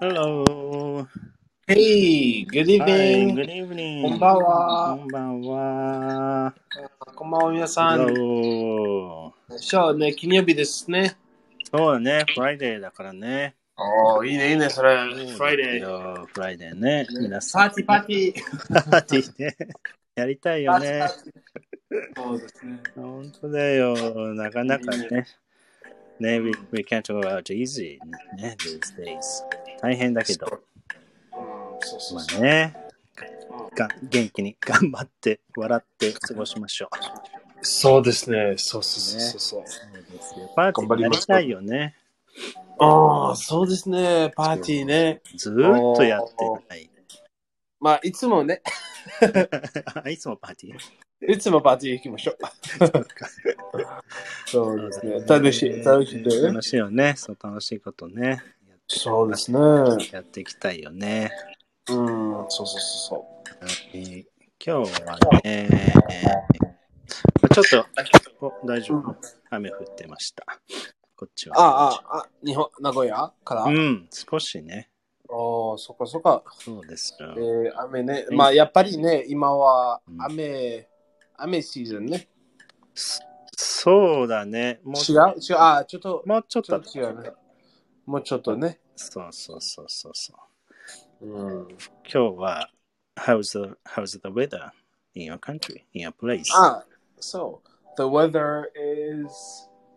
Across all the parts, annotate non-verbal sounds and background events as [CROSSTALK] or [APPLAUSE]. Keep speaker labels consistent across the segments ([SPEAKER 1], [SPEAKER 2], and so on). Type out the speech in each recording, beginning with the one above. [SPEAKER 1] Hello.
[SPEAKER 2] Hey, good
[SPEAKER 1] Hi,
[SPEAKER 2] evening.
[SPEAKER 1] good
[SPEAKER 2] こんば
[SPEAKER 1] evening.
[SPEAKER 2] ん
[SPEAKER 1] こ
[SPEAKER 2] は。
[SPEAKER 1] んばんは。
[SPEAKER 2] こんばんは、皆さん。
[SPEAKER 1] Hello.
[SPEAKER 2] 今日はね、金曜日ですね。
[SPEAKER 1] そうだね、フライデーだからね。
[SPEAKER 2] おー、いいね、いいね、それ。
[SPEAKER 1] そう
[SPEAKER 2] フラ
[SPEAKER 1] です
[SPEAKER 2] イデ
[SPEAKER 1] よ、フライデーね。
[SPEAKER 2] ー。ね
[SPEAKER 1] 皆
[SPEAKER 2] パ
[SPEAKER 1] さん、
[SPEAKER 2] ーティー、パーティー。
[SPEAKER 1] パーティーね。 [LAUGHS] やりたいよ
[SPEAKER 2] パーティー、
[SPEAKER 1] ね。
[SPEAKER 2] パーティー。そうですね。
[SPEAKER 1] 本当だよ。なかないか
[SPEAKER 2] いね。
[SPEAKER 1] ね。ね、
[SPEAKER 2] う
[SPEAKER 1] we,
[SPEAKER 2] ん。
[SPEAKER 1] we can't go out easy ね、these days. 大変だけ
[SPEAKER 2] そ
[SPEAKER 1] ど。
[SPEAKER 2] う。うん、そうそう
[SPEAKER 1] ま
[SPEAKER 2] そ
[SPEAKER 1] あ
[SPEAKER 2] う。
[SPEAKER 1] ね、
[SPEAKER 2] うん
[SPEAKER 1] が元気に頑張って笑って過ごしましょ
[SPEAKER 2] そうですね。そうそう
[SPEAKER 1] う。
[SPEAKER 2] そう
[SPEAKER 1] ね。
[SPEAKER 2] そうそう。
[SPEAKER 1] そうですよ。パーティ
[SPEAKER 2] 頑
[SPEAKER 1] ー
[SPEAKER 2] 張り
[SPEAKER 1] や
[SPEAKER 2] ま
[SPEAKER 1] り
[SPEAKER 2] したょ。
[SPEAKER 1] いうよね。
[SPEAKER 2] ああ、そうですね。パー
[SPEAKER 1] そ
[SPEAKER 2] ティー
[SPEAKER 1] う
[SPEAKER 2] ね。
[SPEAKER 1] ずーっとやって
[SPEAKER 2] おー。
[SPEAKER 1] ない。
[SPEAKER 2] まあ、いつもね、
[SPEAKER 1] [LAUGHS] あいつもパーティー
[SPEAKER 2] いつもパーティー行きましょう。
[SPEAKER 1] そうか。
[SPEAKER 2] [LAUGHS] そう
[SPEAKER 1] そ
[SPEAKER 2] で
[SPEAKER 1] うだ
[SPEAKER 2] すね。楽しい、楽しい
[SPEAKER 1] ね。
[SPEAKER 2] でね。
[SPEAKER 1] 楽しいよね。そう、楽しいことね。やっていき
[SPEAKER 2] そうで
[SPEAKER 1] たい。
[SPEAKER 2] すね。
[SPEAKER 1] やっていきたいよね。
[SPEAKER 2] うん、そうそうそう
[SPEAKER 1] えー今日はね、まあちょっと、お、大丈
[SPEAKER 2] そう。う
[SPEAKER 1] 夫。
[SPEAKER 2] ん、
[SPEAKER 1] 雨降ってました。こっちは。
[SPEAKER 2] ああ、あ、日本、名古屋から
[SPEAKER 1] う
[SPEAKER 2] あ
[SPEAKER 1] ん、少しね。
[SPEAKER 2] あ、そっかそっか。
[SPEAKER 1] そうです
[SPEAKER 2] え
[SPEAKER 1] よ。
[SPEAKER 2] ー、雨ね。
[SPEAKER 1] 天
[SPEAKER 2] まあ、
[SPEAKER 1] 気
[SPEAKER 2] やっぱりね、今は
[SPEAKER 1] うん
[SPEAKER 2] 雨、雨シーズンね。
[SPEAKER 1] そそうだね。もう、
[SPEAKER 2] 違う違う。ああ、ちょっと、
[SPEAKER 1] もうちょっ
[SPEAKER 2] ちょ
[SPEAKER 1] と
[SPEAKER 2] っ
[SPEAKER 1] だ
[SPEAKER 2] と違うね。もうちょっとね。
[SPEAKER 1] そうそうそうそうそう。
[SPEAKER 2] うん。
[SPEAKER 1] 今日は、how's the, how's the weather in your country, in your place?
[SPEAKER 2] ああ、そう。The weather is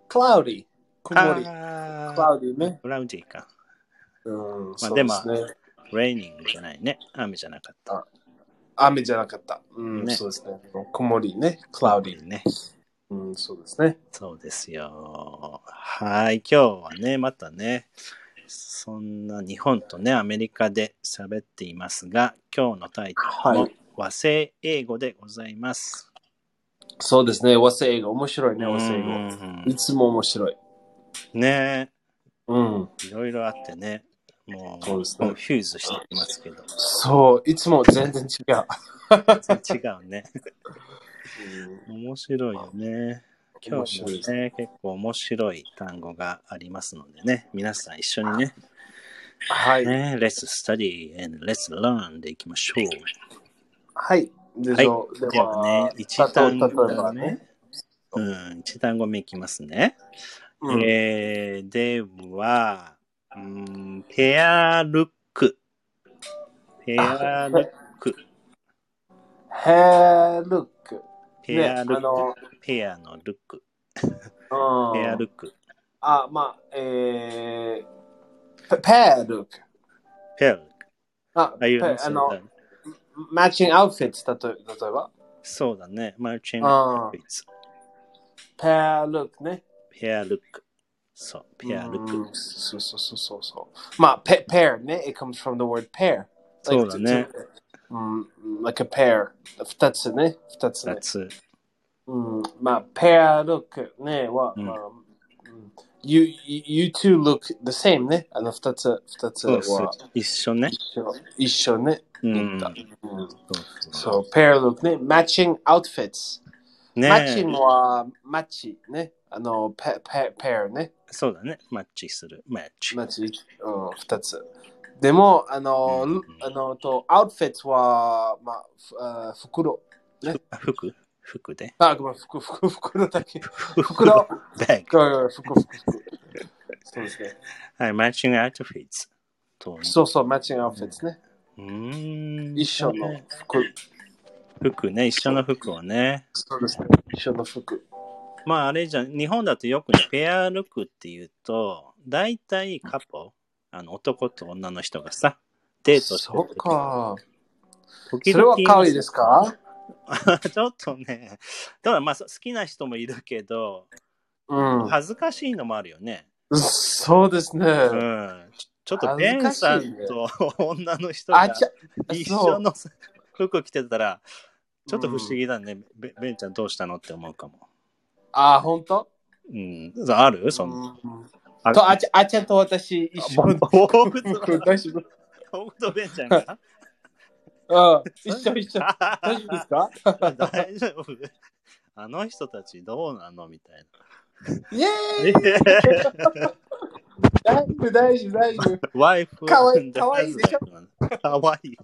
[SPEAKER 2] cloudy. 曇り。
[SPEAKER 1] あー、
[SPEAKER 2] cloudy ね。
[SPEAKER 1] クラウディーか。
[SPEAKER 2] うん、
[SPEAKER 1] まあ
[SPEAKER 2] そう
[SPEAKER 1] で
[SPEAKER 2] で
[SPEAKER 1] も、
[SPEAKER 2] すね。
[SPEAKER 1] raining じゃないね。雨じゃなかった。
[SPEAKER 2] あ雨じゃなかった。うん、
[SPEAKER 1] ね。
[SPEAKER 2] そうですね。曇りね。
[SPEAKER 1] 曇
[SPEAKER 2] cloudy。
[SPEAKER 1] りね。
[SPEAKER 2] うん、そうですね。
[SPEAKER 1] そうですよ。はい、今日はね、またね、そんな日本とね、アメリカで喋っていますが、今日のタイトル
[SPEAKER 2] は
[SPEAKER 1] も
[SPEAKER 2] い。
[SPEAKER 1] 和製英語でございます。
[SPEAKER 2] そうですね。和製英語。面白いうね、和製英語。
[SPEAKER 1] ん。
[SPEAKER 2] いつも面白い。
[SPEAKER 1] ね
[SPEAKER 2] うん。
[SPEAKER 1] え、いろいろあってね、も
[SPEAKER 2] そう
[SPEAKER 1] う
[SPEAKER 2] です
[SPEAKER 1] コン
[SPEAKER 2] ね。
[SPEAKER 1] フューズしていますけど、
[SPEAKER 2] そう、いつも全然違う。
[SPEAKER 1] 全然違うね。
[SPEAKER 2] うん
[SPEAKER 1] 面白いよね。今
[SPEAKER 2] 面
[SPEAKER 1] 日
[SPEAKER 2] 白
[SPEAKER 1] も
[SPEAKER 2] いですね。
[SPEAKER 1] ね、結構面白い単語がありますのでね、皆さん一緒にね、
[SPEAKER 2] はい。
[SPEAKER 1] ね Let's study and let's learn でいきましょう。
[SPEAKER 2] はい。で
[SPEAKER 1] は
[SPEAKER 2] し
[SPEAKER 1] い。
[SPEAKER 2] ょう。で
[SPEAKER 1] ではね、
[SPEAKER 2] は、
[SPEAKER 1] 一
[SPEAKER 2] たと、
[SPEAKER 1] 単
[SPEAKER 2] 例
[SPEAKER 1] 語
[SPEAKER 2] え
[SPEAKER 1] だ
[SPEAKER 2] ばね。
[SPEAKER 1] ね。うん、一単語目いきますね。
[SPEAKER 2] うん。
[SPEAKER 1] えー、では、うん、ペアルック。ペ
[SPEAKER 2] あ、
[SPEAKER 1] アルック。
[SPEAKER 2] ヘールック。
[SPEAKER 1] ペ
[SPEAKER 2] ね、
[SPEAKER 1] アルッ
[SPEAKER 2] あ
[SPEAKER 1] ク。
[SPEAKER 2] の、
[SPEAKER 1] ペアのルック。ペア
[SPEAKER 2] うん。
[SPEAKER 1] ルック。
[SPEAKER 2] あ、まあ、えー、ペペアルック。
[SPEAKER 1] ペアルック。
[SPEAKER 2] あ、
[SPEAKER 1] あ、you
[SPEAKER 2] ペ
[SPEAKER 1] can
[SPEAKER 2] あ
[SPEAKER 1] say
[SPEAKER 2] の、
[SPEAKER 1] that.
[SPEAKER 2] マッチングアウフィット、たと、例えば。
[SPEAKER 1] そうだね。マルチングア
[SPEAKER 2] あ
[SPEAKER 1] ウフィッツ。
[SPEAKER 2] ペアルックね。
[SPEAKER 1] ペアルック。そう、
[SPEAKER 2] う
[SPEAKER 1] ペアルック。
[SPEAKER 2] ん、そうそうそうそうそう。まあ、ペ、pear ね。It comes from the word pair.
[SPEAKER 1] そ
[SPEAKER 2] Like,
[SPEAKER 1] うだ
[SPEAKER 2] と、と、
[SPEAKER 1] ね。
[SPEAKER 2] うん、like a pair. 二つね。二つ
[SPEAKER 1] 二
[SPEAKER 2] ね。
[SPEAKER 1] つ。
[SPEAKER 2] うん、まあ、ペアルックねは、
[SPEAKER 1] う
[SPEAKER 2] まあ、
[SPEAKER 1] ん。
[SPEAKER 2] うん um, mm. you, you you two look the same ね。あの、二つ、二つ
[SPEAKER 1] そうそう。
[SPEAKER 2] は
[SPEAKER 1] 一緒ね。
[SPEAKER 2] 一緒、一緒ね。
[SPEAKER 1] う
[SPEAKER 2] 言った。
[SPEAKER 1] ん。
[SPEAKER 2] うん。
[SPEAKER 1] そうそう。
[SPEAKER 2] そう、ペアルックね。matching outfits。マッチン
[SPEAKER 1] ねえ。
[SPEAKER 2] はマッチね。あの、ペ、ペ、ペアね。
[SPEAKER 1] そうだね。マッチする。マッチ。
[SPEAKER 2] マッチ、うん、2つ。でも、あ
[SPEAKER 1] う
[SPEAKER 2] の、
[SPEAKER 1] ん。
[SPEAKER 2] ルあの、と、アウトフィットは、まあ、ふあー袋。ね。
[SPEAKER 1] ふあ服服で。
[SPEAKER 2] あ、ごめん、服、 [LAUGHS] 服、袋だ
[SPEAKER 1] [LAUGHS]
[SPEAKER 2] け。
[SPEAKER 1] 服の
[SPEAKER 2] 袋。
[SPEAKER 1] バッグ。
[SPEAKER 2] ごめんごめん服、服、服。そうですね。
[SPEAKER 1] はい、マッチングアウトフィッツ。とね。
[SPEAKER 2] そうそう、マッチングアウトフィットね。
[SPEAKER 1] うーん。
[SPEAKER 2] 一緒の
[SPEAKER 1] ね
[SPEAKER 2] 服。
[SPEAKER 1] 服ね。一緒
[SPEAKER 2] そう
[SPEAKER 1] の服をね。
[SPEAKER 2] そうですね。一緒の服。
[SPEAKER 1] まああれじゃん、日本だとよくね、ペアルックっていうと、大体カポ、あの男と女の人がさ、デートしてる
[SPEAKER 2] そう
[SPEAKER 1] とき、
[SPEAKER 2] か。
[SPEAKER 1] 時
[SPEAKER 2] それ
[SPEAKER 1] 々
[SPEAKER 2] はい香
[SPEAKER 1] ま
[SPEAKER 2] り
[SPEAKER 1] す
[SPEAKER 2] で
[SPEAKER 1] よ。
[SPEAKER 2] すか
[SPEAKER 1] [LAUGHS] ちょっとね、ただまあそ好きな人もいるけど、
[SPEAKER 2] う
[SPEAKER 1] 恥ずかしいのもあるよね。
[SPEAKER 2] ん。そうですね。
[SPEAKER 1] うん。ちょちょっと
[SPEAKER 2] 恥ず
[SPEAKER 1] ベン
[SPEAKER 2] かし
[SPEAKER 1] さ
[SPEAKER 2] い
[SPEAKER 1] ん
[SPEAKER 2] ね。
[SPEAKER 1] と女の人
[SPEAKER 2] あ、
[SPEAKER 1] が
[SPEAKER 2] ちゃ、
[SPEAKER 1] 一緒
[SPEAKER 2] そ
[SPEAKER 1] の服着てたら、
[SPEAKER 2] う。
[SPEAKER 1] ちょっと不思
[SPEAKER 2] うん。
[SPEAKER 1] 議だね。ベベンちゃんどうしたのって思うかも。
[SPEAKER 2] あ、本当
[SPEAKER 1] うん。あるそんな。
[SPEAKER 2] うん
[SPEAKER 1] あ
[SPEAKER 2] と、
[SPEAKER 1] る
[SPEAKER 2] あちゃ、あちゃんと私一
[SPEAKER 1] あ、
[SPEAKER 2] 緒
[SPEAKER 1] ぼ
[SPEAKER 2] の
[SPEAKER 1] 動物
[SPEAKER 2] 服、 [LAUGHS] 大丈夫
[SPEAKER 1] 大久保弁ちゃんが
[SPEAKER 2] うん、
[SPEAKER 1] そ
[SPEAKER 2] 一緒一緒。大丈夫ですか
[SPEAKER 1] れ [LAUGHS] 大丈夫あの人たちどうなのみたい
[SPEAKER 2] イェ
[SPEAKER 1] な。え
[SPEAKER 2] ーイ大丈夫、大丈夫、大丈夫。
[SPEAKER 1] ワイフ
[SPEAKER 2] [LAUGHS] かわいかわいいでし
[SPEAKER 1] ょかわいい。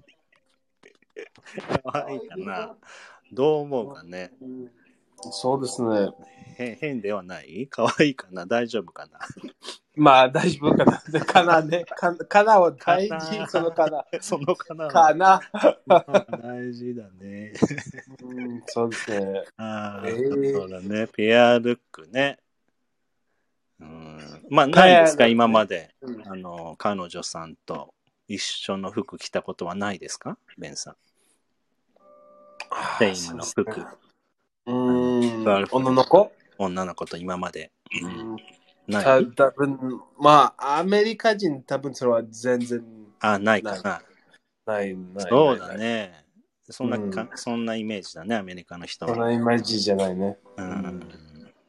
[SPEAKER 1] かわいいかな。どう思うかね。
[SPEAKER 2] うんそうですね。
[SPEAKER 1] へ変ではないかわいいかな大丈夫かな
[SPEAKER 2] まあ、大丈夫かな。でかな [LAUGHS] ね。かかなは大
[SPEAKER 1] かな
[SPEAKER 2] 事、そのかな。
[SPEAKER 1] そのかな [LAUGHS]
[SPEAKER 2] かな。
[SPEAKER 1] 大事だね。
[SPEAKER 2] うん、そうですね。
[SPEAKER 1] ああ、
[SPEAKER 2] えー
[SPEAKER 1] そうだね。ペアルックね。うん、まあ、ないですか、
[SPEAKER 2] ペアルックね
[SPEAKER 1] 今まで。
[SPEAKER 2] うん
[SPEAKER 1] あの、彼女さんと一緒の服着たことはないですかベンさん。スペインの服。
[SPEAKER 2] うん
[SPEAKER 1] なる。ほど
[SPEAKER 2] 女の子
[SPEAKER 1] 女の子と今まで。う
[SPEAKER 2] うんん。
[SPEAKER 1] な
[SPEAKER 2] た
[SPEAKER 1] い
[SPEAKER 2] 多分まあ、アメリカ人、多分それは全然
[SPEAKER 1] あ、ないかな。
[SPEAKER 2] ない。ない
[SPEAKER 1] そうだ。ね。そんなか、
[SPEAKER 2] う
[SPEAKER 1] そんなイメージだね、アメリカの人
[SPEAKER 2] ないそん
[SPEAKER 1] は。
[SPEAKER 2] なイメージじゃないね。
[SPEAKER 1] うん、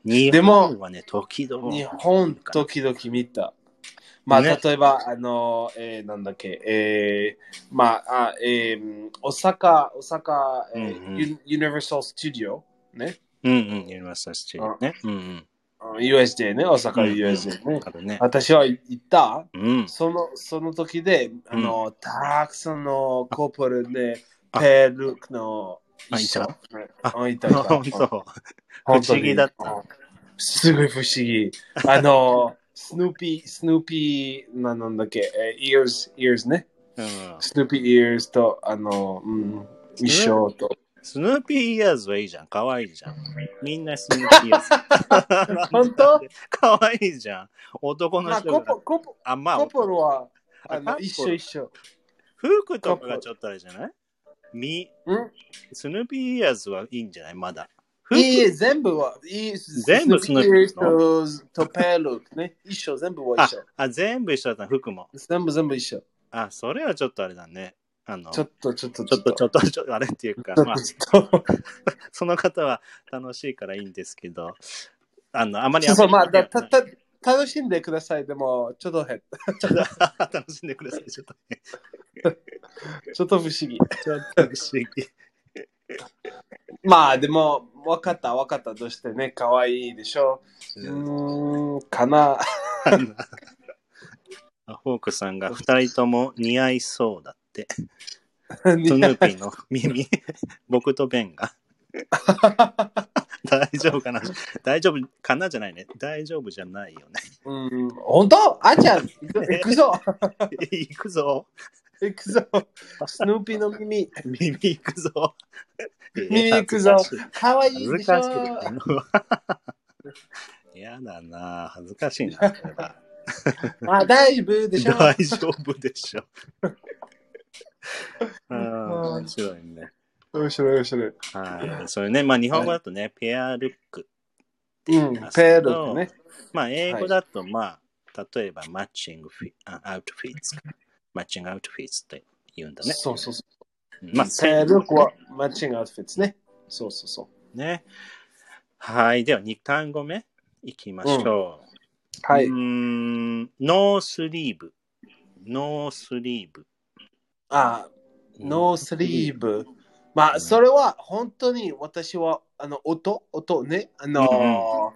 [SPEAKER 1] 日
[SPEAKER 2] でも
[SPEAKER 1] 本はね、時々。
[SPEAKER 2] 日本時々見た。まあ、
[SPEAKER 1] ね
[SPEAKER 2] 例えば、あの、えーなんだっけ、えーまあ、あえー、大阪、大阪、えー
[SPEAKER 1] うんうん
[SPEAKER 2] ユユニバーサル・スタジオ、ね、
[SPEAKER 1] うんうん、ユニバーサルシティね。うん
[SPEAKER 2] あ USJ ね、大
[SPEAKER 1] うん。
[SPEAKER 2] 阪 USJ ね。
[SPEAKER 1] あるね。
[SPEAKER 2] 私は行った、
[SPEAKER 1] うん。
[SPEAKER 2] その、その時で、あの、たくさんのコーポルで、
[SPEAKER 1] あ
[SPEAKER 2] ペルクの
[SPEAKER 1] あ
[SPEAKER 2] 衣装。
[SPEAKER 1] あ
[SPEAKER 2] うんいたいた
[SPEAKER 1] 本当。不思議だった
[SPEAKER 2] うんすごい不思議。あの、スヌーピー、スヌーピー、ななんだっけ、えー、ears、ears ね。
[SPEAKER 1] うん
[SPEAKER 2] スヌーピー ears と、あの、うん、衣装と。
[SPEAKER 1] スヌーピーイヤーズはいいじゃん。かわいいじゃん。みんなスヌーピーイヤーズ。
[SPEAKER 2] [LAUGHS] 本当
[SPEAKER 1] かわいいじゃん。男
[SPEAKER 2] ま
[SPEAKER 1] の
[SPEAKER 2] あ、
[SPEAKER 1] 人
[SPEAKER 2] コ
[SPEAKER 1] が
[SPEAKER 2] ポ、。コポ、
[SPEAKER 1] あ、ま
[SPEAKER 2] コ
[SPEAKER 1] あ、
[SPEAKER 2] ポロは、あ
[SPEAKER 1] カッ
[SPEAKER 2] の、
[SPEAKER 1] ポル
[SPEAKER 2] 一緒一緒。
[SPEAKER 1] 服とかがちょっとあれじゃないみ
[SPEAKER 2] うん
[SPEAKER 1] スヌーピーイヤーズはいいんじゃないまだ。服
[SPEAKER 2] いいえ、全部は、いい
[SPEAKER 1] 全部スヌーピー
[SPEAKER 2] スヌーピー ears と、とペルクね。衣装、全部は
[SPEAKER 1] あ
[SPEAKER 2] 一緒。
[SPEAKER 1] あ、全部一緒だった服も。
[SPEAKER 2] 全部全部一緒。
[SPEAKER 1] あ、それはちょっとあれだね。あの、
[SPEAKER 2] ちょっと、ちょっと、
[SPEAKER 1] ちょっと、ちょっと、ちょっと、あれっていうか、まあ、
[SPEAKER 2] ちょっと。
[SPEAKER 1] [LAUGHS] その方は楽しいからいいんですけど、あの、あまり
[SPEAKER 2] そうそう、まあ、だ
[SPEAKER 1] た
[SPEAKER 2] たた楽しんでください。でも、ちょっと変、
[SPEAKER 1] ちょっと楽しんでください。ちょっとね、
[SPEAKER 2] ちょっと不思議。
[SPEAKER 1] ちょっと不思議。
[SPEAKER 2] まあ、でも、わかった、わかったとしてね、可愛いでしょ。うーん、かな。
[SPEAKER 1] ホークさんが2人とも似合いそうだって。
[SPEAKER 2] 似
[SPEAKER 1] スヌ
[SPEAKER 2] 合う
[SPEAKER 1] ーピーの耳、僕とベン
[SPEAKER 2] [LAUGHS]
[SPEAKER 1] が。大丈夫かな大丈夫かなじゃないね。大丈夫じゃないよ
[SPEAKER 2] [LAUGHS] うん、本当あちゃん、行くぞ、
[SPEAKER 1] ね。行くぞ。
[SPEAKER 2] 行くぞ。スヌーピーの耳、
[SPEAKER 1] 耳行くぞ。
[SPEAKER 2] 耳行くぞ
[SPEAKER 1] 恥ずかしい。
[SPEAKER 2] 可愛
[SPEAKER 1] 恥
[SPEAKER 2] いで
[SPEAKER 1] ず
[SPEAKER 2] しょ
[SPEAKER 1] かし。 [LAUGHS] い。やだな。恥ずかしいな。それは
[SPEAKER 2] あ、大丈夫でしょ。
[SPEAKER 1] 大丈夫でし
[SPEAKER 2] [LAUGHS]
[SPEAKER 1] ょ。あ
[SPEAKER 2] う
[SPEAKER 1] ー
[SPEAKER 2] ん
[SPEAKER 1] 面白いね。
[SPEAKER 2] 面白い、面白い。
[SPEAKER 1] はい。それね、まあ日本語だとね、ペアルック。
[SPEAKER 2] うん、ペルーね。
[SPEAKER 1] まあ英語だと、まあ、例えばマッチングフィあアウトフィッツ。マッチングアウトフィッツって言うんだね。
[SPEAKER 2] そうそうそう。
[SPEAKER 1] まあ、
[SPEAKER 2] ペルーはマッチングアウトフィッツね。そうそうそう。
[SPEAKER 1] ね。はい。では、2単語目いきましょう。
[SPEAKER 2] は
[SPEAKER 1] う
[SPEAKER 2] い
[SPEAKER 1] ー。んノースリーブ。ノースリーブ。
[SPEAKER 2] あ、ノースリー
[SPEAKER 1] ブ。
[SPEAKER 2] ブ。ま
[SPEAKER 1] うん
[SPEAKER 2] あ、それは本当に私は、あの、音、音ね。あの、
[SPEAKER 1] うんう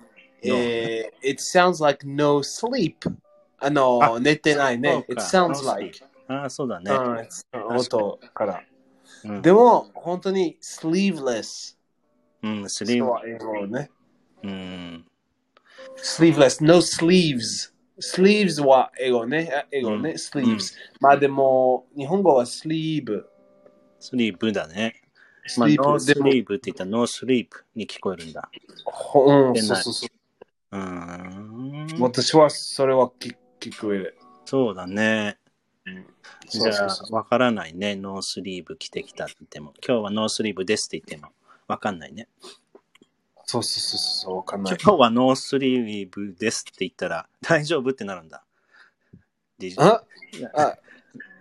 [SPEAKER 1] ん
[SPEAKER 2] えー it sounds like no sleep. あの、
[SPEAKER 1] あ
[SPEAKER 2] 寝てない
[SPEAKER 1] そう
[SPEAKER 2] ね。
[SPEAKER 1] か
[SPEAKER 2] it
[SPEAKER 1] ノース
[SPEAKER 2] sounds
[SPEAKER 1] リー
[SPEAKER 2] like.
[SPEAKER 1] ああ、そうだね。
[SPEAKER 2] うん、音から。
[SPEAKER 1] うん
[SPEAKER 2] でも、本当に sleeveless。
[SPEAKER 1] うん、スリー
[SPEAKER 2] そう
[SPEAKER 1] ブ。
[SPEAKER 2] は英語ね。
[SPEAKER 1] うん。
[SPEAKER 2] sleeveless, no sleeves. sleeves は英語ね。あ英語ね、
[SPEAKER 1] うん
[SPEAKER 2] sleeves。まあでも、日本語は sleeve。
[SPEAKER 1] スリーブだね。まあ、
[SPEAKER 2] sleeve
[SPEAKER 1] ノース
[SPEAKER 2] でも
[SPEAKER 1] リーブって言ったらノースリープに聞こえるんだ。
[SPEAKER 2] ほうん、
[SPEAKER 1] 出
[SPEAKER 2] そ
[SPEAKER 1] な
[SPEAKER 2] う
[SPEAKER 1] い
[SPEAKER 2] そうそう。
[SPEAKER 1] うーん。
[SPEAKER 2] 私はそれは聞聞こえる。
[SPEAKER 1] そうだね。じ
[SPEAKER 2] そう
[SPEAKER 1] ゃ
[SPEAKER 2] そう
[SPEAKER 1] あ
[SPEAKER 2] そう、
[SPEAKER 1] わからないね。ノースリーブ着てきたって言っても。今日はノースリーブですって言っても。わかんないね。
[SPEAKER 2] そうそうそうそう、わかんな
[SPEAKER 1] 今
[SPEAKER 2] い。
[SPEAKER 1] 日はノースリーブですって言ったら、大丈夫ってなるんだ。で
[SPEAKER 2] ああ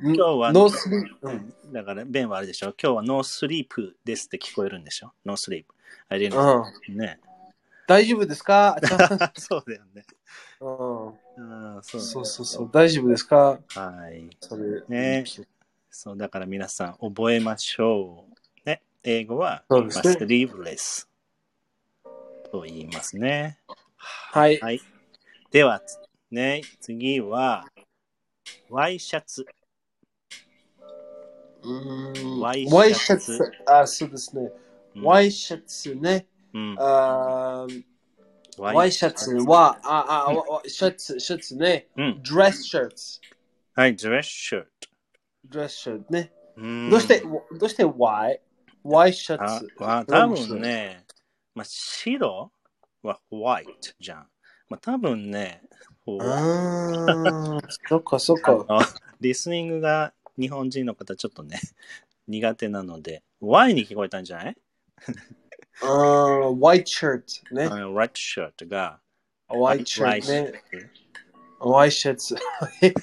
[SPEAKER 1] 今日は
[SPEAKER 2] ノースリーブ。うん
[SPEAKER 1] だから、ベンはあれでしょ今日はノースリープですって聞こえるんでしょノースリープ。あれ
[SPEAKER 2] うん
[SPEAKER 1] ね。
[SPEAKER 2] 大丈夫で
[SPEAKER 1] [LAUGHS]
[SPEAKER 2] すかあちゃん
[SPEAKER 1] そうだよね。
[SPEAKER 2] うん
[SPEAKER 1] ああ、そうだ
[SPEAKER 2] そうそうそう、大丈夫ですか
[SPEAKER 1] はい。
[SPEAKER 2] それ
[SPEAKER 1] ねそう、だから皆さん覚えましょう。ね。英語は、
[SPEAKER 2] そうですね
[SPEAKER 1] スリーブレスと言いますね。
[SPEAKER 2] はい。
[SPEAKER 1] はい。では、ね、次は、ワイシャツ。
[SPEAKER 2] ワ
[SPEAKER 1] ワイシャツ
[SPEAKER 2] イシャツ。あ、そうですね。
[SPEAKER 1] うん
[SPEAKER 2] ワイシャツね。
[SPEAKER 1] うん
[SPEAKER 2] あー
[SPEAKER 1] ワ
[SPEAKER 2] ワイシャツは、あ、あ、わわシャツ、シャツね。
[SPEAKER 1] うん。
[SPEAKER 2] ドレスシャツ。
[SPEAKER 1] はい、ドレスシャツ。
[SPEAKER 2] ドレスシャツね。
[SPEAKER 1] うん
[SPEAKER 2] どうして、どうしてワイワイシャ
[SPEAKER 1] あ
[SPEAKER 2] ツ。、
[SPEAKER 1] わ多分ね、まあ、白はホワイトじゃん。まあ、多分ね、ホワイト
[SPEAKER 2] あーそっかそっか。
[SPEAKER 1] あのリスニングが日本人の方ちょっとね、 [LAUGHS] 苦手なので、Y に聞こえたんじゃない
[SPEAKER 2] あーワイトシャツね。
[SPEAKER 1] あの、レッドシャツが。
[SPEAKER 2] ワイトシャツね。
[SPEAKER 1] ツ。
[SPEAKER 2] ワイシャツ。え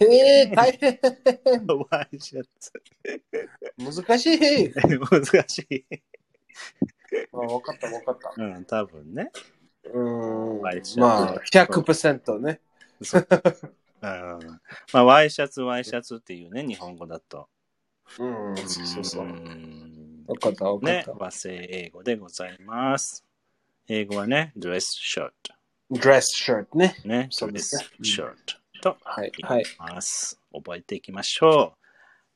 [SPEAKER 2] ー、大変。
[SPEAKER 1] [LAUGHS] ワイシャツ。
[SPEAKER 2] 難しい。
[SPEAKER 1] [LAUGHS] 難しい。
[SPEAKER 2] あ、わかったわかった。
[SPEAKER 1] うん、多分ね。
[SPEAKER 2] うーん。
[SPEAKER 1] ワイシャツ
[SPEAKER 2] まあ、100%ね。
[SPEAKER 1] そううん、まあ、ワイシャツ、ワイシャツっていうね、日本語だと。
[SPEAKER 2] うん。そうそうう。
[SPEAKER 1] ん
[SPEAKER 2] わかったわかっ
[SPEAKER 1] ね
[SPEAKER 2] た。、
[SPEAKER 1] 和製英語でございます。英語はね、ドレスシャツ。
[SPEAKER 2] ドレスシャツね。
[SPEAKER 1] ね、
[SPEAKER 2] そ
[SPEAKER 1] ド
[SPEAKER 2] う
[SPEAKER 1] レ
[SPEAKER 2] で
[SPEAKER 1] ス
[SPEAKER 2] すね
[SPEAKER 1] シャツと
[SPEAKER 2] はい
[SPEAKER 1] 言
[SPEAKER 2] はい
[SPEAKER 1] います。覚えていきましょ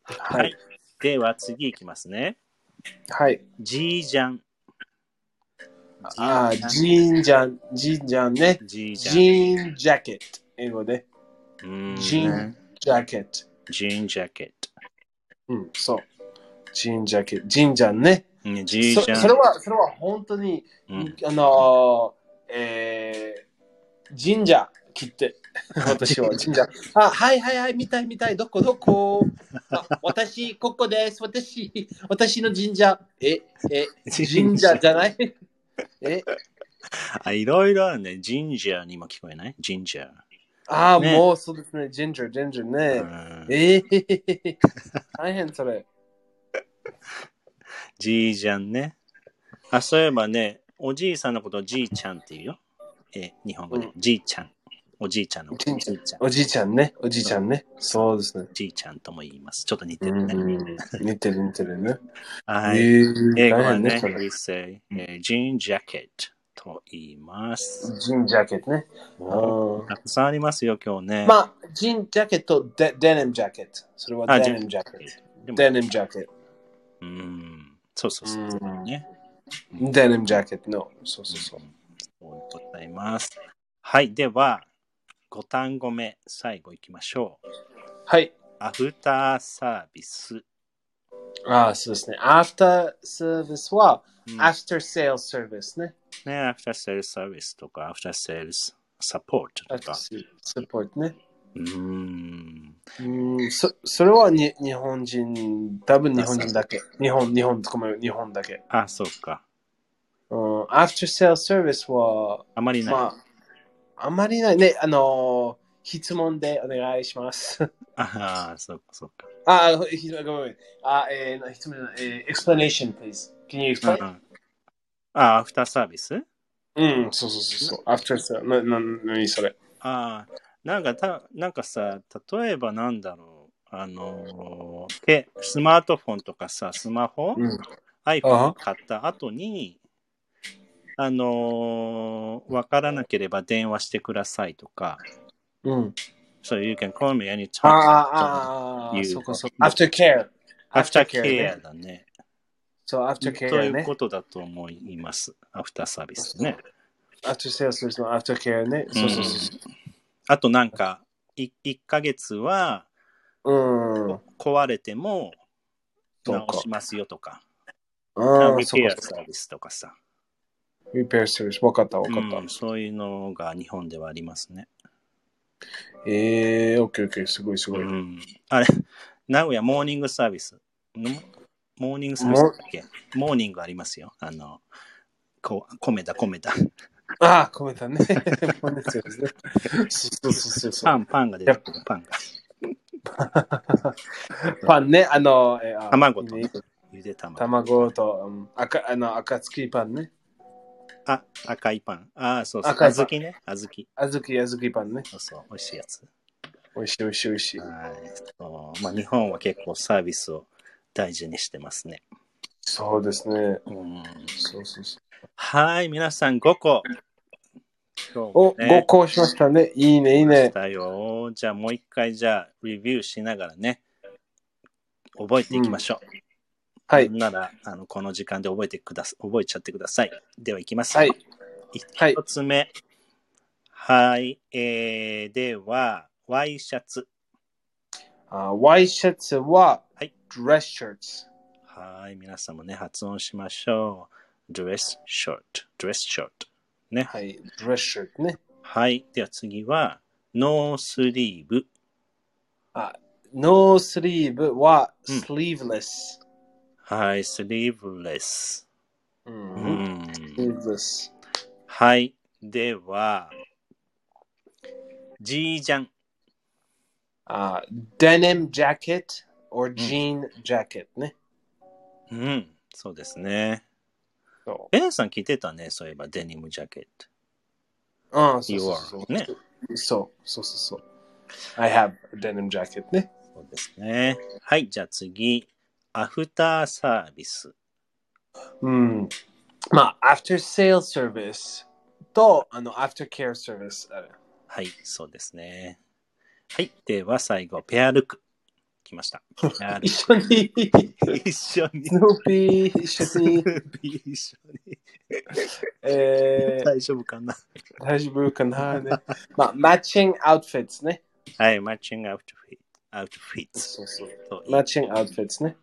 [SPEAKER 1] う。
[SPEAKER 2] はい
[SPEAKER 1] はい。では次いきますね。
[SPEAKER 2] はい。
[SPEAKER 1] ジージャン。
[SPEAKER 2] あー、ジーンジャン、ジーンジャンね。
[SPEAKER 1] ジー
[SPEAKER 2] ジ
[SPEAKER 1] ジャン。
[SPEAKER 2] ーンジャケット。英語で。
[SPEAKER 1] うん
[SPEAKER 2] ジーンジャケット。
[SPEAKER 1] ジーンジャケッ
[SPEAKER 2] うん、そう。ジーンジャケット。ジーンジャンね。
[SPEAKER 1] ト。ねジージ
[SPEAKER 2] そ
[SPEAKER 1] ャン。
[SPEAKER 2] それは、それは本当に、
[SPEAKER 1] うん
[SPEAKER 2] あのー、えー、神社切
[SPEAKER 1] [LAUGHS]
[SPEAKER 2] って、私は神社。あ、はいはいはい、見たい見たい、どこどこあ私、ここです、私、私の神社。え、え、神社じ
[SPEAKER 1] [LAUGHS]
[SPEAKER 2] ゃないえ、
[SPEAKER 1] あ、いろいろあるね。ジンジャーにも聞こえないジンジャー。
[SPEAKER 2] ああ、
[SPEAKER 1] ね
[SPEAKER 2] もうそうですね、神社、神社
[SPEAKER 1] う
[SPEAKER 2] ね。
[SPEAKER 1] ん
[SPEAKER 2] えー、大変それ。
[SPEAKER 1] ジージャンね。あ、そういえばね、おじいさんのことをじいちゃんって言うよ。え、日本語で
[SPEAKER 2] う。
[SPEAKER 1] じいちゃん。おじいちゃんのこと。
[SPEAKER 2] じ
[SPEAKER 1] じいちゃん。
[SPEAKER 2] おじいちゃんね、おじいちゃんね。そうですね。
[SPEAKER 1] じいちゃんとも言います。ちょっと似て
[SPEAKER 2] う
[SPEAKER 1] る
[SPEAKER 2] ん
[SPEAKER 1] ね。
[SPEAKER 2] うん、似てる似てるね。
[SPEAKER 1] はい。
[SPEAKER 2] えー
[SPEAKER 1] 英語
[SPEAKER 2] 大
[SPEAKER 1] は
[SPEAKER 2] 変
[SPEAKER 1] ね
[SPEAKER 2] ね、そ、れ
[SPEAKER 1] we say, えージーンジャケットと言います。
[SPEAKER 2] ジーンジャケットね。うん
[SPEAKER 1] たくさんありますよ、今日ね。
[SPEAKER 2] まあ、ジーンジャケット、デデニムジャケット。それは
[SPEAKER 1] あ
[SPEAKER 2] デニムジャケッ
[SPEAKER 1] で
[SPEAKER 2] ト。
[SPEAKER 1] も
[SPEAKER 2] デニムジャケット。
[SPEAKER 1] うん。そうそうそう。
[SPEAKER 2] うん
[SPEAKER 1] ね。
[SPEAKER 2] デニムジャケットの。そうそうそう。
[SPEAKER 1] そうでございます。はい。では、5単語目、最後いきましょう。
[SPEAKER 2] はい。
[SPEAKER 1] アフターサービス。
[SPEAKER 2] ああ、そうですね。アフターサービスは、
[SPEAKER 1] うん
[SPEAKER 2] アフターセールサービスね。
[SPEAKER 1] ね、アフターセールスサービスとか、アフターセールスサポート
[SPEAKER 2] ア
[SPEAKER 1] と
[SPEAKER 2] フ
[SPEAKER 1] か
[SPEAKER 2] ター。セールサポートね。
[SPEAKER 1] うん。
[SPEAKER 2] うんそそれはに日本人、多分日本人だけ。日本、日本、ごめん、日本だけ。
[SPEAKER 1] あ、そうか。
[SPEAKER 2] うん、アフターセールサービスは、
[SPEAKER 1] あまりない。
[SPEAKER 2] まあ、あまりないね。あのー、質問でお願いします。 [LAUGHS]
[SPEAKER 1] ああ、そうか、そうか。
[SPEAKER 2] Ah, uh, he's go wait, wait. Uh, and he's uh, explanation, please. Can you
[SPEAKER 1] うんう
[SPEAKER 2] explain?
[SPEAKER 1] んあ、アフターサービス
[SPEAKER 2] Mm, so, so, so, so. After so, no, no, no, sorry.
[SPEAKER 1] ああ、なんかた、なんかさ、例えばなんだろう。あのーけ、スマートフォンとかさ、スマホ、
[SPEAKER 2] Mm.
[SPEAKER 1] iPhone 買った後に、あのーわからなければ電話してくださいとか、
[SPEAKER 2] Mm.
[SPEAKER 1] so you can call me anytime.
[SPEAKER 2] Ah, ah, ah, ah,
[SPEAKER 1] You-
[SPEAKER 2] so, so. After care.
[SPEAKER 1] after
[SPEAKER 2] care,
[SPEAKER 1] care だね。
[SPEAKER 2] So after
[SPEAKER 1] と
[SPEAKER 2] care,
[SPEAKER 1] いう
[SPEAKER 2] ne?
[SPEAKER 1] ことだと思います。アフターサービスね。
[SPEAKER 2] After sales, there's no after care, ne? So, so, so.
[SPEAKER 1] あとなんか、い1ヶ月は
[SPEAKER 2] so. Mm.
[SPEAKER 1] 壊れても
[SPEAKER 2] そうか
[SPEAKER 1] 直しますよとか、
[SPEAKER 2] Ah,
[SPEAKER 1] リ
[SPEAKER 2] so,
[SPEAKER 1] ペ
[SPEAKER 2] so,
[SPEAKER 1] ア
[SPEAKER 2] so.
[SPEAKER 1] サービスとかさ、
[SPEAKER 2] Repair service. Wakata,
[SPEAKER 1] う
[SPEAKER 2] wakata.
[SPEAKER 1] んそういうのが日本ではありますね。
[SPEAKER 2] Eh, okay, okay. すごい、すご
[SPEAKER 1] う
[SPEAKER 2] い。
[SPEAKER 1] ん、あれ、名古屋モーニングサービス。のモーニングサービスだっけモーニングありますよ。あの、こ米だ、米だ。
[SPEAKER 2] ああ、コメント
[SPEAKER 1] [LAUGHS]
[SPEAKER 2] ね。もうねそうですねそうそうそうそう
[SPEAKER 1] パ。ン、パンが出てくる、パンが。
[SPEAKER 2] パンね、あの、えあ
[SPEAKER 1] 卵と
[SPEAKER 2] いいね
[SPEAKER 1] ゆで卵。
[SPEAKER 2] 卵と、うん、赤あの赤月パンね。
[SPEAKER 1] あ、赤いパン。ああ、そうそう。
[SPEAKER 2] 赤いパン
[SPEAKER 1] 小豆ね。小豆。
[SPEAKER 2] 小豆、小豆パンね。
[SPEAKER 1] そうそう。美味しいやつ。
[SPEAKER 2] 美味しい、美味しい、美味しい。
[SPEAKER 1] はい。そうまあ、日本は結構サービスを大事にしてますね。
[SPEAKER 2] そうですね。
[SPEAKER 1] うん
[SPEAKER 2] そうそうそ
[SPEAKER 1] はい、皆さん5個今日
[SPEAKER 2] お、
[SPEAKER 1] も
[SPEAKER 2] ご
[SPEAKER 1] ね、
[SPEAKER 2] 好しましたね。いいね、いい
[SPEAKER 1] し
[SPEAKER 2] ね。
[SPEAKER 1] たよ。じゃあもう一回、じゃあ、レビューしながらね、覚えていきましょう。
[SPEAKER 2] はい。
[SPEAKER 1] なら、あの、この時間で覚えてくださ、覚えちゃってください。では、いきます。
[SPEAKER 2] はい。はい
[SPEAKER 1] 一つ目。はい。えー、では、ワイシャツ。
[SPEAKER 2] あワイシャツは、
[SPEAKER 1] はい、
[SPEAKER 2] ドレスシャツ。
[SPEAKER 1] はい。皆さんもね、発音しましょう。ドレスショート。ドレスショート。ね。
[SPEAKER 2] はい。ドレスシャツね。
[SPEAKER 1] はい。では次は、ノースリーブ。
[SPEAKER 2] ノースリーブは、
[SPEAKER 1] うん
[SPEAKER 2] スリーブレス。
[SPEAKER 1] はい。スリーブレス。
[SPEAKER 2] う。
[SPEAKER 1] うんん。
[SPEAKER 2] スリーブレス。
[SPEAKER 1] はい。では、ジージャン。
[SPEAKER 2] あデニムジャケット
[SPEAKER 1] Hmm.
[SPEAKER 2] Uh, or ジーンジャケットね。
[SPEAKER 1] うん。そうですね。
[SPEAKER 2] そ
[SPEAKER 1] ベンさん着てたね、そういえば、デニムジャケット。
[SPEAKER 2] う。うん、そう
[SPEAKER 1] You
[SPEAKER 2] そう
[SPEAKER 1] are.
[SPEAKER 2] そう。
[SPEAKER 1] ね。
[SPEAKER 2] そうそうそうそう。I have a denim jacket ね。
[SPEAKER 1] そうですね。はい、じゃあ次。アフターサービス。
[SPEAKER 2] うん。まあ、after sale service と、あの、after care service [LAUGHS] だね。
[SPEAKER 1] はい、そうですね。はい、では最後、ペアルック。来ました。ペアル
[SPEAKER 2] 一
[SPEAKER 1] ッ
[SPEAKER 2] 緒に、
[SPEAKER 1] ク。
[SPEAKER 2] [LAUGHS]
[SPEAKER 1] 一緒に
[SPEAKER 2] ス。ヌーピー、一緒に、
[SPEAKER 1] [LAUGHS] 一緒に。
[SPEAKER 2] えー、
[SPEAKER 1] 大丈夫かな。
[SPEAKER 2] 大丈夫かなね。まあ、マッチングアウトフィッツね。
[SPEAKER 1] はい、マッチングアウトフィット。アウトフィット。
[SPEAKER 2] そうそう。
[SPEAKER 1] と
[SPEAKER 2] マッチングアウトフィッツね。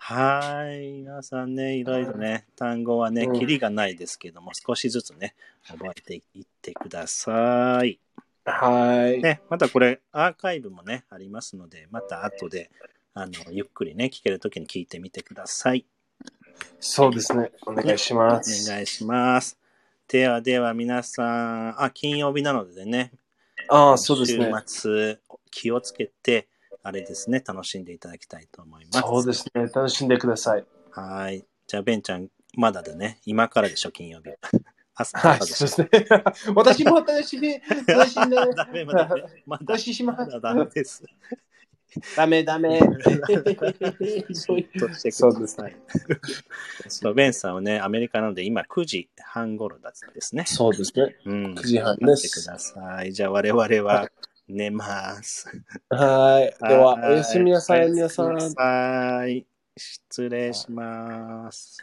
[SPEAKER 1] はい、皆さんね、いろいろね、単語はね
[SPEAKER 2] う、ん
[SPEAKER 1] キリがないですけども、少しずつね、覚えていってください。
[SPEAKER 2] はい。
[SPEAKER 1] ね、またこれアーカイブもね、ありますので、また後で、あの、ゆっくりね、聞けるときに聞いてみてください。
[SPEAKER 2] そうですね。お願いします。
[SPEAKER 1] お願いします。ではでは皆さん、あ、金曜日なのでね、
[SPEAKER 2] ああ、そうですね。
[SPEAKER 1] 週末気をつけて、あれですね、楽しんでいただきたいと思います。
[SPEAKER 2] そうですね。楽しんでください。
[SPEAKER 1] はい。じゃあ、ベンちゃん、まだだね、今からでしょ、金曜日。 [LAUGHS] 朝
[SPEAKER 2] はい、
[SPEAKER 1] 朝でし
[SPEAKER 2] そ
[SPEAKER 1] ょ
[SPEAKER 2] うですね。 [LAUGHS] 私も楽しみ、楽しんで、
[SPEAKER 1] ダメまだ、まだ
[SPEAKER 2] 楽、しみしま
[SPEAKER 1] ますだ。ダメです。
[SPEAKER 2] ダメダメ。
[SPEAKER 1] ちょっとして
[SPEAKER 2] [LAUGHS] そ
[SPEAKER 1] く
[SPEAKER 2] う
[SPEAKER 1] だ
[SPEAKER 2] です
[SPEAKER 1] さい
[SPEAKER 2] ね。。
[SPEAKER 1] [LAUGHS] そうベンさんはね、アメリカなので今9時半頃だったですね。
[SPEAKER 2] そうですね。
[SPEAKER 1] うん。
[SPEAKER 2] 9時半
[SPEAKER 1] 待
[SPEAKER 2] で
[SPEAKER 1] ってく
[SPEAKER 2] す。
[SPEAKER 1] ださい。じゃあ我々は寝ます。
[SPEAKER 2] はい。では、
[SPEAKER 1] い
[SPEAKER 2] おやすみなさい、皆さ
[SPEAKER 1] おや
[SPEAKER 2] ん
[SPEAKER 1] すみ。なさい。失礼します。